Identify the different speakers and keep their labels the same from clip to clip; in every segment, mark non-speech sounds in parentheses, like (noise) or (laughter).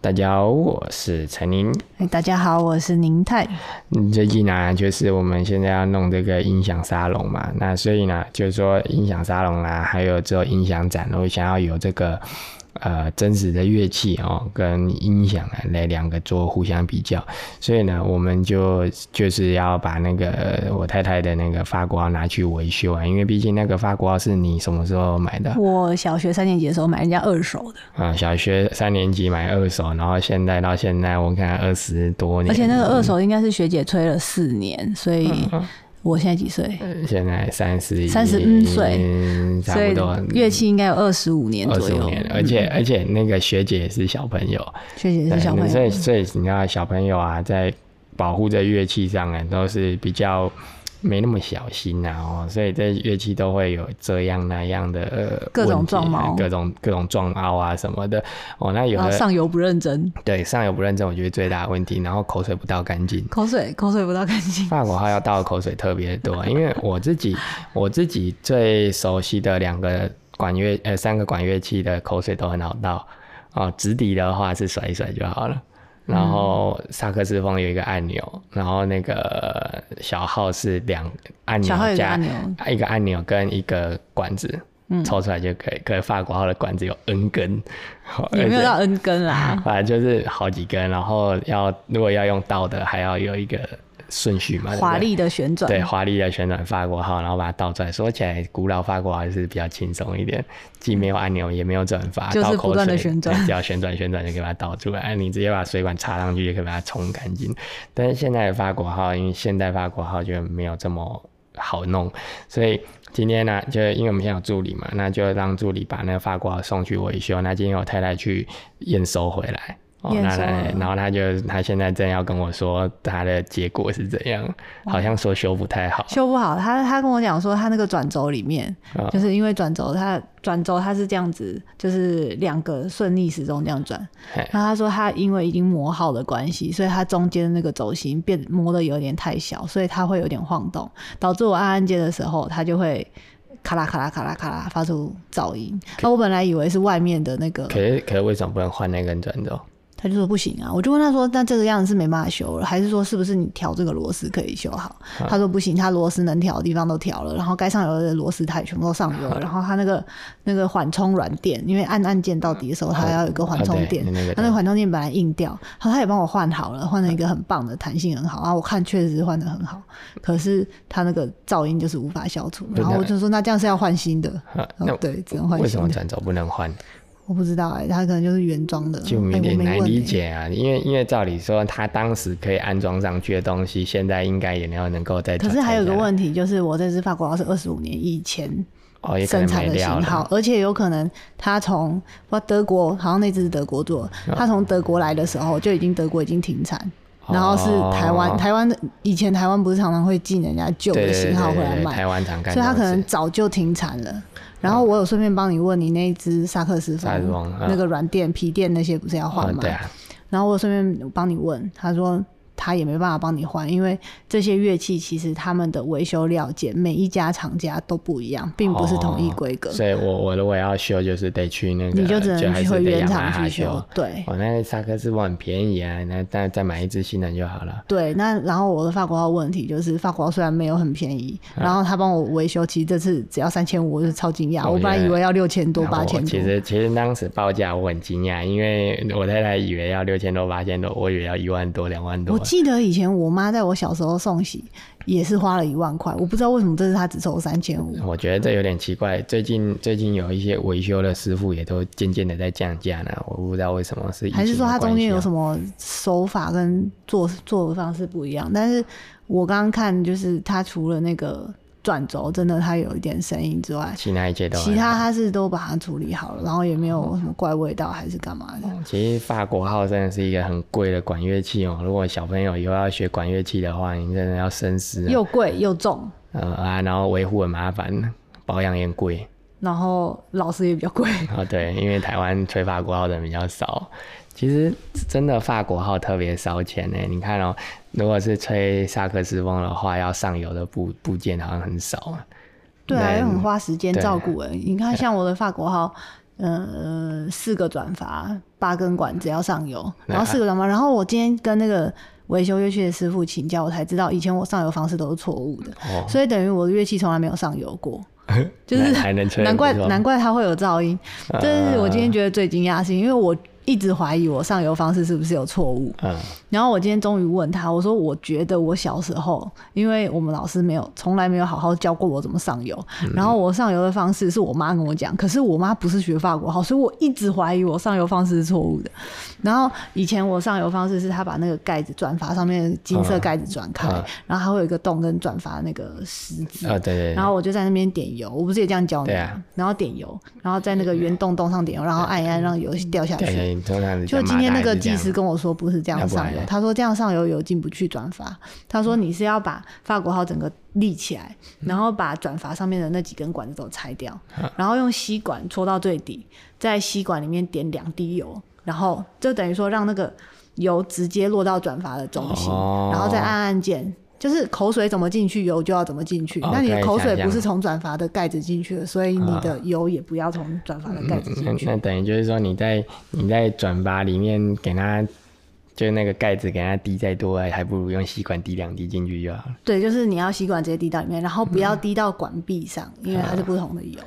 Speaker 1: 大家好，我是陈宁。
Speaker 2: 哎大家好，我是宁泰。
Speaker 1: 嗯最近呢、就是我们现在要弄这个音响沙龙嘛，那所以呢，就是说音响沙龙啊，还有之后音响展，我想要有这个呃真实的乐器哦，跟音响啊来两个做互相比较，所以呢，我们就就是要把那个呃我太太的那个发光拿去维修啊，因为毕竟那个发光是你什么时候买的？
Speaker 2: 我小学三年级的时候买人家二手的，
Speaker 1: 啊、小学三年级买二手，然后现在到现在我看二十多年，
Speaker 2: 而且那个二手应该是学姐吹了四年，所以
Speaker 1: 嗯
Speaker 2: 我现在几岁？
Speaker 1: 现在三十
Speaker 2: 31岁，
Speaker 1: 差
Speaker 2: 所
Speaker 1: 不
Speaker 2: 以
Speaker 1: 多
Speaker 2: 乐器应该有二十五年
Speaker 1: 二
Speaker 2: 左
Speaker 1: 十
Speaker 2: 右
Speaker 1: 五。年了，而且而且那个学姐也是小朋友，
Speaker 2: 学姐
Speaker 1: 对
Speaker 2: 是小朋
Speaker 1: 所以
Speaker 2: 友，
Speaker 1: 所以你看小朋友啊，在保护在乐器上啊，都是比较没那么小心啊，哦，所以在乐器都会有这样那样的、呃、
Speaker 2: 各种
Speaker 1: 问题啊
Speaker 2: 撞毛
Speaker 1: 各种各种撞凹啊什么的，哦，那有
Speaker 2: 然后
Speaker 1: 的
Speaker 2: 上游不认真，
Speaker 1: 对上游不认真，我觉得最大的问题，然后口水不倒干净。
Speaker 2: 口水口水不到干
Speaker 1: (laughs)
Speaker 2: 净。
Speaker 1: 法国号要倒的口水特别多，因为我自
Speaker 2: (laughs)
Speaker 1: 己我自己最熟悉的两个管乐呃三个管乐器的口水都很好倒哦，直笛的话是甩一甩就好了。然后萨克斯风有一个按钮，然后那个小号是两按钮
Speaker 2: 小号有一个
Speaker 1: 加
Speaker 2: 按钮嗯
Speaker 1: 一个按钮跟一个管子，抽出来就可以。可是法国号的管子有 N 根，好
Speaker 2: 也没
Speaker 1: 而
Speaker 2: 有
Speaker 1: 且
Speaker 2: 到
Speaker 1: (laughs)
Speaker 2: N 根啦，
Speaker 1: 反正就是好几根，然后要如果要用到的，还要有一个顺序嘛，对不对
Speaker 2: 华丽的旋转，
Speaker 1: 对华丽的旋转法国号，然后把它倒出来。说起来，古老法国还是比较轻松一点，既没有按钮，也没有转法，
Speaker 2: 就是
Speaker 1: 倒口
Speaker 2: 不断地
Speaker 1: 水
Speaker 2: 旋
Speaker 1: (laughs)
Speaker 2: 转
Speaker 1: 对只要旋转旋转就可以把它倒出来。哎，你直接把水管插上去，也可以把它冲干净。但是现在的法国号，因为现代法国号就没有这么好弄，所以。今天呢、就因为我们现在有助理嘛，那就让助理把那个法国号送去维修。那今天我太太去验收回来，哦，
Speaker 2: 验
Speaker 1: 那
Speaker 2: 收
Speaker 1: 那
Speaker 2: 了
Speaker 1: 然后他就他现在正要跟我说他的结果是怎样，
Speaker 2: 嗯
Speaker 1: 好像说修不太好。
Speaker 2: 修不好。他他跟我讲说，他那个转轴里面，
Speaker 1: 啊
Speaker 2: 就是因为转轴它转轴它是这样子，就是两个顺逆时钟这样转。
Speaker 1: 嘿
Speaker 2: 然后他说他因为已经磨好的关系，所以它中间的那个轴心变磨的有点太小，所以它会有点晃动，导致我按按键的时候，它就会咔啦咔啦咔啦咔啦发出噪音。那我本来以为是外面的那个
Speaker 1: 可是可是为什么不能换那根转轴？
Speaker 2: 他就说不行啊，我就问他说，那这个样子是没办法修了，还是说是不是你调这个螺丝可以修好？
Speaker 1: 啊
Speaker 2: 他说不行，他螺丝能调的地方都调了，然后该上油的螺丝他也全部都上
Speaker 1: 啊
Speaker 2: 油了，然后他那个那个缓冲软垫，因为按按键到底的时候，它要有一个缓冲垫
Speaker 1: 嗯啊对，那个
Speaker 2: 他那个缓冲垫本来硬掉，好，他也帮我换好了，换了一个很棒的弹性很好啊，我看确实换的很好，可是他那个噪音就是无法消除，
Speaker 1: 对
Speaker 2: 然后
Speaker 1: 那
Speaker 2: 我就说那这样是要换新的，
Speaker 1: 啊
Speaker 2: 然
Speaker 1: 那
Speaker 2: 后对，只能换
Speaker 1: 为什
Speaker 2: 新
Speaker 1: 么
Speaker 2: 的，
Speaker 1: 转轴不能换？
Speaker 2: 我不知道哎、他可能就是原装的，
Speaker 1: 就
Speaker 2: 哎
Speaker 1: 有
Speaker 2: 我
Speaker 1: 点
Speaker 2: 没
Speaker 1: 难
Speaker 2: 问
Speaker 1: 理
Speaker 2: 哎
Speaker 1: 解啊，因为因为照理说，他当时可以安装上去的东西，现在应该也要能够再
Speaker 2: 可
Speaker 1: 转。
Speaker 2: 是还有一个
Speaker 1: 再下来
Speaker 2: 问题，就是我这只法国号是二十五年以前
Speaker 1: 哦，也可
Speaker 2: 生
Speaker 1: 能
Speaker 2: 产
Speaker 1: 没
Speaker 2: 的
Speaker 1: 料
Speaker 2: 型号
Speaker 1: 了。，
Speaker 2: 而且有可能它从哇德国，好像那只是德国
Speaker 1: 哦
Speaker 2: 做的，它从德国来的时候就已经德国已经停产，然后是台湾，
Speaker 1: 哦
Speaker 2: 台湾的以前台湾不是常常会进人家旧
Speaker 1: 对
Speaker 2: 的
Speaker 1: 对对
Speaker 2: 型号
Speaker 1: 对
Speaker 2: 回来
Speaker 1: 对，
Speaker 2: 卖，
Speaker 1: 台湾常干
Speaker 2: 所
Speaker 1: 这
Speaker 2: 以
Speaker 1: 样
Speaker 2: 它
Speaker 1: 子，哦
Speaker 2: 可能早就停产了。然后我有顺便帮你问你那一只萨克斯
Speaker 1: 萨克斯
Speaker 2: 风
Speaker 1: 风，嗯
Speaker 2: 那个软垫、皮垫那些不是要换
Speaker 1: 哦
Speaker 2: 吗
Speaker 1: 对？啊，
Speaker 2: 然后我顺便帮你问，他说他也没办法帮你换，因为这些乐器其实他们的维修料件每一家厂家都不一样，并不是统一规格，
Speaker 1: 所以我我如果要修，就是得去那个，
Speaker 2: 你就只
Speaker 1: 还是
Speaker 2: 能去
Speaker 1: 得
Speaker 2: 原
Speaker 1: 雅马
Speaker 2: 厂
Speaker 1: 哈
Speaker 2: 去修。对
Speaker 1: 哦，那萨克斯风很便宜啊，那再再买一支新的就好了。
Speaker 2: 对，那然后我的法国号问题就是，法国号虽然没有很便宜，然后他帮我维修，其实这次只要三千五，我就超惊讶，
Speaker 1: 哦
Speaker 2: 我本来以为要六千多、
Speaker 1: 然后
Speaker 2: 八千多
Speaker 1: 其。实其实当时报价我很惊讶，因为我太太以为要六千多、八千多，我以为要一万多、两万多
Speaker 2: 我。记得以前我妈在我小时候送喜也是花了一万块，我不知道为什么这次她只收三千五。
Speaker 1: 我觉得这有点奇怪。最近最近有一些维修的师傅也都渐渐的在降价呢，我不知道为什么是疫情的啊
Speaker 2: 还是说它中间有什
Speaker 1: 么？
Speaker 2: 么手法跟做做的方式不一样？但是我刚刚看，就是它除了那个转轴，真的它有一点声音之外，
Speaker 1: 其他一切都还好
Speaker 2: 其他它是都把它处理好了，然后也没
Speaker 1: 嗯
Speaker 2: 有什么怪味道还是干嘛的。
Speaker 1: 其实法国号真的是一个很贵的管乐器哦。如果小朋友以后要学管乐器的话，你真的要深思啊、
Speaker 2: 又贵又重，
Speaker 1: 呃啊，然后维护很麻烦，保养也很贵。
Speaker 2: 然后老师也比较贵。
Speaker 1: 啊，对，因为台湾吹法国号的人比较少，其实真的法国号特别烧钱呢。你看哦，如果是吹萨克斯风的话，要上游的部部件好像很少啊。
Speaker 2: 对啊，
Speaker 1: 对
Speaker 2: 又很花时间
Speaker 1: 对
Speaker 2: 照顾哎。你看，像我的法国号，呃四个转阀八根管只要上油，
Speaker 1: 啊
Speaker 2: 然后四个转阀，然后我今天跟那个维修乐器的师傅请教，我才知道以前我上油方式都是错误的，
Speaker 1: 哦，
Speaker 2: 所以等于我的乐器从来没有上油
Speaker 1: (laughs)
Speaker 2: 过，就是
Speaker 1: 还还能吹，啊
Speaker 2: 难怪
Speaker 1: 不错
Speaker 2: 难怪它会有噪音。这是我今天觉得最惊讶的事情，因为我一直怀疑我上油方式是不是有错误。
Speaker 1: 嗯
Speaker 2: 然后我今天终于问他，我说我觉得我小时候，因为我们老师没有从来没有好好教过我怎么上油，
Speaker 1: 嗯
Speaker 2: 然后我上油的方式是我妈跟我讲，可是我妈不是学法国号，所以我一直怀疑我上油方式是错误的。然后以前我上油方式是他把那个盖子转阀上面的金色盖子转开，
Speaker 1: 嗯嗯
Speaker 2: 然后它会有一个洞跟转阀那个十字。
Speaker 1: 啊对对，
Speaker 2: 然后我就在那边点油，我不是也这样教你
Speaker 1: 对
Speaker 2: 吗？
Speaker 1: 啊
Speaker 2: 然后点油，然后在那个圆洞洞上点油，然后按一按让油掉下去。
Speaker 1: 对对，通常是
Speaker 2: 就
Speaker 1: 讲
Speaker 2: 今天
Speaker 1: 马达
Speaker 2: 那个
Speaker 1: 也是这
Speaker 2: 技
Speaker 1: 样
Speaker 2: 师跟我说不是这样
Speaker 1: 要
Speaker 2: 上
Speaker 1: 不
Speaker 2: 油
Speaker 1: 然，嘞
Speaker 2: 他说这样上油油进不去转阀，他说你是要把法国号整个立起来，然后把转阀上面的那几根管子都拆掉，然后用吸管戳到最底，在吸管里面点两滴油，然后就等于说让那个油直接落到转阀的中心，
Speaker 1: 哦
Speaker 2: 然后再按按键。就是口水怎么进去，油就要怎么进去。
Speaker 1: 哦
Speaker 2: 那你的
Speaker 1: 可以
Speaker 2: 口
Speaker 1: 想
Speaker 2: 水
Speaker 1: 象
Speaker 2: 不是从转阀的盖子进去的，所以你
Speaker 1: 啊
Speaker 2: 的油也不要从转阀的盖子进
Speaker 1: 那
Speaker 2: 去。
Speaker 1: 嗯那等于就是说，你在你在转发里面给它，就是那个盖子给它滴再多，还不如用吸管滴两滴进去就好了。
Speaker 2: 对，就是你要吸管直接滴到里面，然后不
Speaker 1: 嗯
Speaker 2: 要滴到管壁上，因为它是不同的油。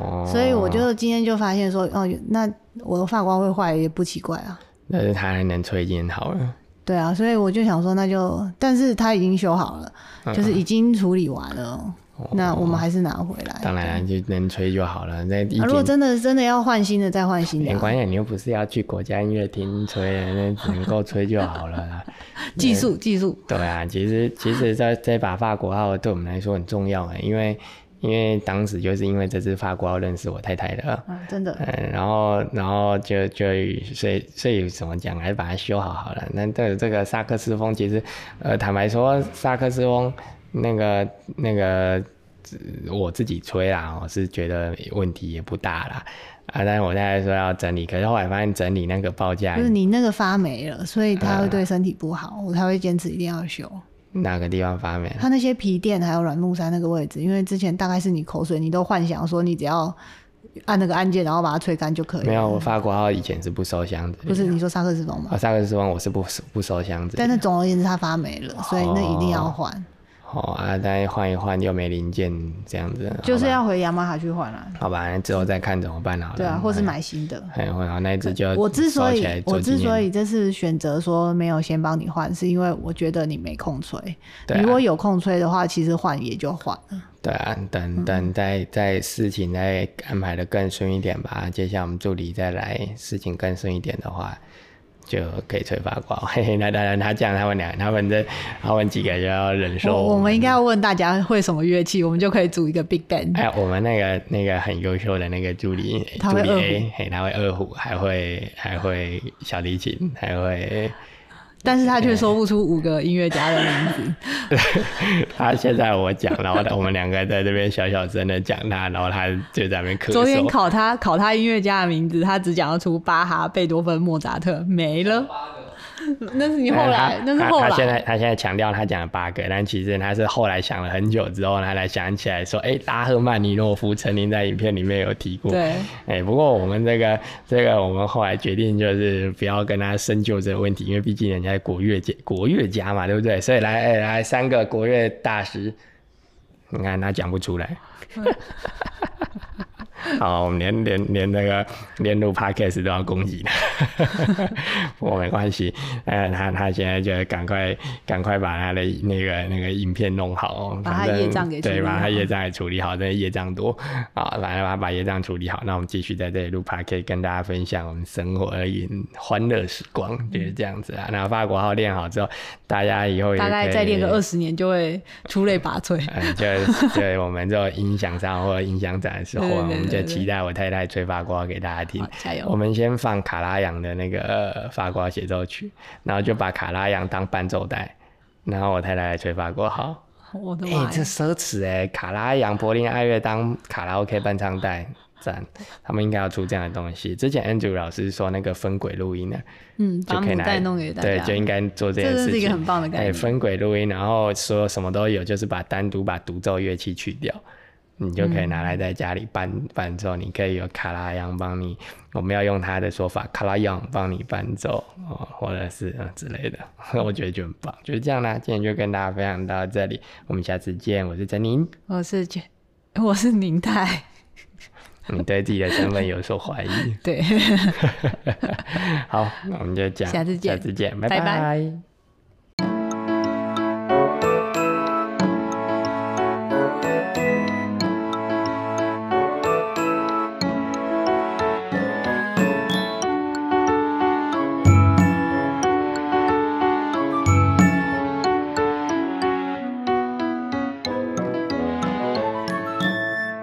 Speaker 1: 哦，
Speaker 2: 所以我就今天就发现说，哦，那我的发光会坏也不奇怪啊。
Speaker 1: 但是它还能吹已经很好了。
Speaker 2: 对啊，所以我就想说，那就，但是它已经修好了，
Speaker 1: 嗯
Speaker 2: 就是已经处理完了，
Speaker 1: 哦
Speaker 2: 那我们还是拿回来。
Speaker 1: 当然了，就能吹就好了。那一
Speaker 2: 哎啊，如果
Speaker 1: 点
Speaker 2: 真的真的要换新的，再换新的
Speaker 1: 没
Speaker 2: 啊、
Speaker 1: 关系，你又不是要去国家音乐厅吹的，那只能够吹就好了啦。
Speaker 2: 啊技术技术，
Speaker 1: 对啊，其实其实这这把法国号对我们来说很重要啊，因为因为当时就是因为这支法国号认识我太太的。
Speaker 2: 啊，真的，
Speaker 1: 嗯，然后，然后就就所以所以怎么讲，还是把它修好好了。那对这个萨克斯风，其实，呃，坦白说，萨克斯风那个那个、呃我自己吹啦，我是觉得问题也不大啦。啊，但是我太太说要整理，可是后来发现整理那个报价
Speaker 2: 就是你那个发霉了，所以它
Speaker 1: 哎
Speaker 2: 会对身体不好，我才会坚持一定要修。
Speaker 1: 那个地方发霉了，
Speaker 2: (laughs) 它那些皮垫还有软木塞那个位置，因为之前大概是你口水，你都幻想说你只要按那个按键，然后把它吹干就可以了。
Speaker 1: 没有，我法国号以前是不收箱子的，
Speaker 2: 不是你说萨克斯风吗？
Speaker 1: 啊，萨克斯风我是不不收箱子的。
Speaker 2: 但那总而言之，它发霉了，所以那一定要换，
Speaker 1: 哦啊，但是换一换又没零件这样子，
Speaker 2: 就是要回雅马哈去换啦、
Speaker 1: 好吧，那之后再看怎么办好了。
Speaker 2: 对啊，或是买新的。
Speaker 1: 哎，很好，那一只就
Speaker 2: 我之所
Speaker 1: 收起来
Speaker 2: 以
Speaker 1: 做
Speaker 2: 我之
Speaker 1: 纪念
Speaker 2: 所以这次选择说没有先帮你换，是因为我觉得你没空吹。
Speaker 1: 对啊
Speaker 2: 如果有空吹的话，其实换也就换了。
Speaker 1: 对啊，等
Speaker 2: 嗯
Speaker 1: 等再再事情再安排的更顺一点吧。接下来我们助理再来，事情更顺一点的话，就可以吹八卦。 (laughs) 嘿嘿，那当然他这样，他们俩，他们这他们几个就要忍受
Speaker 2: 我我们应该要问大家会什么乐器，我们就可以组一个 big band。
Speaker 1: 哎，我们那个那个很优秀的那个助理，
Speaker 2: (laughs) 他
Speaker 1: 助
Speaker 2: 会
Speaker 1: 理
Speaker 2: 二
Speaker 1: A，嘿，他会二胡，还会还会小提琴，还会
Speaker 2: 但是他却说不出五个音乐家的名字。
Speaker 1: 他现在我讲，然后他我们两个在这边小小声的讲他，然后他就在那边咳嗽。
Speaker 2: 昨天考他考他音乐家的名字，他只讲得出巴哈、贝多芬、莫扎特，没了。 (laughs) 那是你后来
Speaker 1: 哎他，
Speaker 2: 那是后
Speaker 1: 他他现
Speaker 2: 来。
Speaker 1: 在他现在强调他讲了八个，但其实他是后来想了很久之后，他才想起来说，哎、拉赫曼尼诺夫曾经在影片里面有提过。
Speaker 2: 对，
Speaker 1: (laughs) 哎、不过我们这个这个，我们后来决定就是不要跟他深究这个问题，因为毕竟人家是国乐家国乐家嘛，对不对？所以来，哎、来三个国乐大师，你看他讲不出来。 (laughs) 好，我们连连连那个连录 podcast 都要攻击他， (laughs) 不过没关系，呃，他他现在就赶快赶快把他的那个那个影片弄好哦，
Speaker 2: 把他
Speaker 1: 反正
Speaker 2: 业障给处
Speaker 1: 对，
Speaker 2: 理
Speaker 1: 把他
Speaker 2: 好
Speaker 1: 业业障也处理好，真的业障多啊！反正把它把业障处理好，那我们继续在这里
Speaker 2: 嗯
Speaker 1: 录 p 可以跟大家分享我们生活而已，欢乐时光
Speaker 2: 嗯
Speaker 1: 就是这样子啊。那法国号练好之后，大家以后也
Speaker 2: 大概再练个二
Speaker 1: 十，
Speaker 2: 十年就会出类拔萃。
Speaker 1: 嗯，就 (laughs) 对我们这种音响上或者音响展的时候，
Speaker 2: 对对
Speaker 1: 我们
Speaker 2: 对
Speaker 1: 就
Speaker 2: 对哎
Speaker 1: 期待我太太吹法国号给大家听
Speaker 2: 好。加油
Speaker 1: 哎我们先放卡拉扬的那个、呃、法国号协奏曲，然后就把卡拉扬当伴奏带，然后我太太来吹法国号。
Speaker 2: 我的
Speaker 1: 哎、
Speaker 2: 妈
Speaker 1: 这
Speaker 2: 呀！
Speaker 1: 奢侈哎、卡拉扬、柏林爱乐当卡拉 OK 伴唱带，赞！他们应该要出这样的东西。之前 Andrew 老师说那个分轨录音呢，
Speaker 2: 嗯，
Speaker 1: 就
Speaker 2: 把
Speaker 1: 可以
Speaker 2: 母
Speaker 1: 拿
Speaker 2: 带弄给大
Speaker 1: 对，
Speaker 2: 家。
Speaker 1: 就应该做这
Speaker 2: 这
Speaker 1: 件
Speaker 2: 真
Speaker 1: 事情。
Speaker 2: 是一个很棒的概
Speaker 1: 哎、
Speaker 2: 念
Speaker 1: 分轨录音，然后说什么都有，就是把单独把独奏乐器去掉。你就
Speaker 2: 嗯
Speaker 1: 可以拿来在家里伴伴奏，你可以有卡拉扬帮你，我们要用他的说法，卡拉扬帮你伴奏哦，或者是、呃之类的， (laughs) 我觉得就很棒，就是这样啦。今天就跟大家分享到这里，我们下次见，我是陈宁。
Speaker 2: 我是觉，我是宁泰，，
Speaker 1: 你对自己的身份有所怀疑 (laughs)
Speaker 2: 对。
Speaker 1: 好，那我们就讲，
Speaker 2: 下次见
Speaker 1: 下次见，
Speaker 2: 拜
Speaker 1: 拜
Speaker 2: 拜
Speaker 1: 拜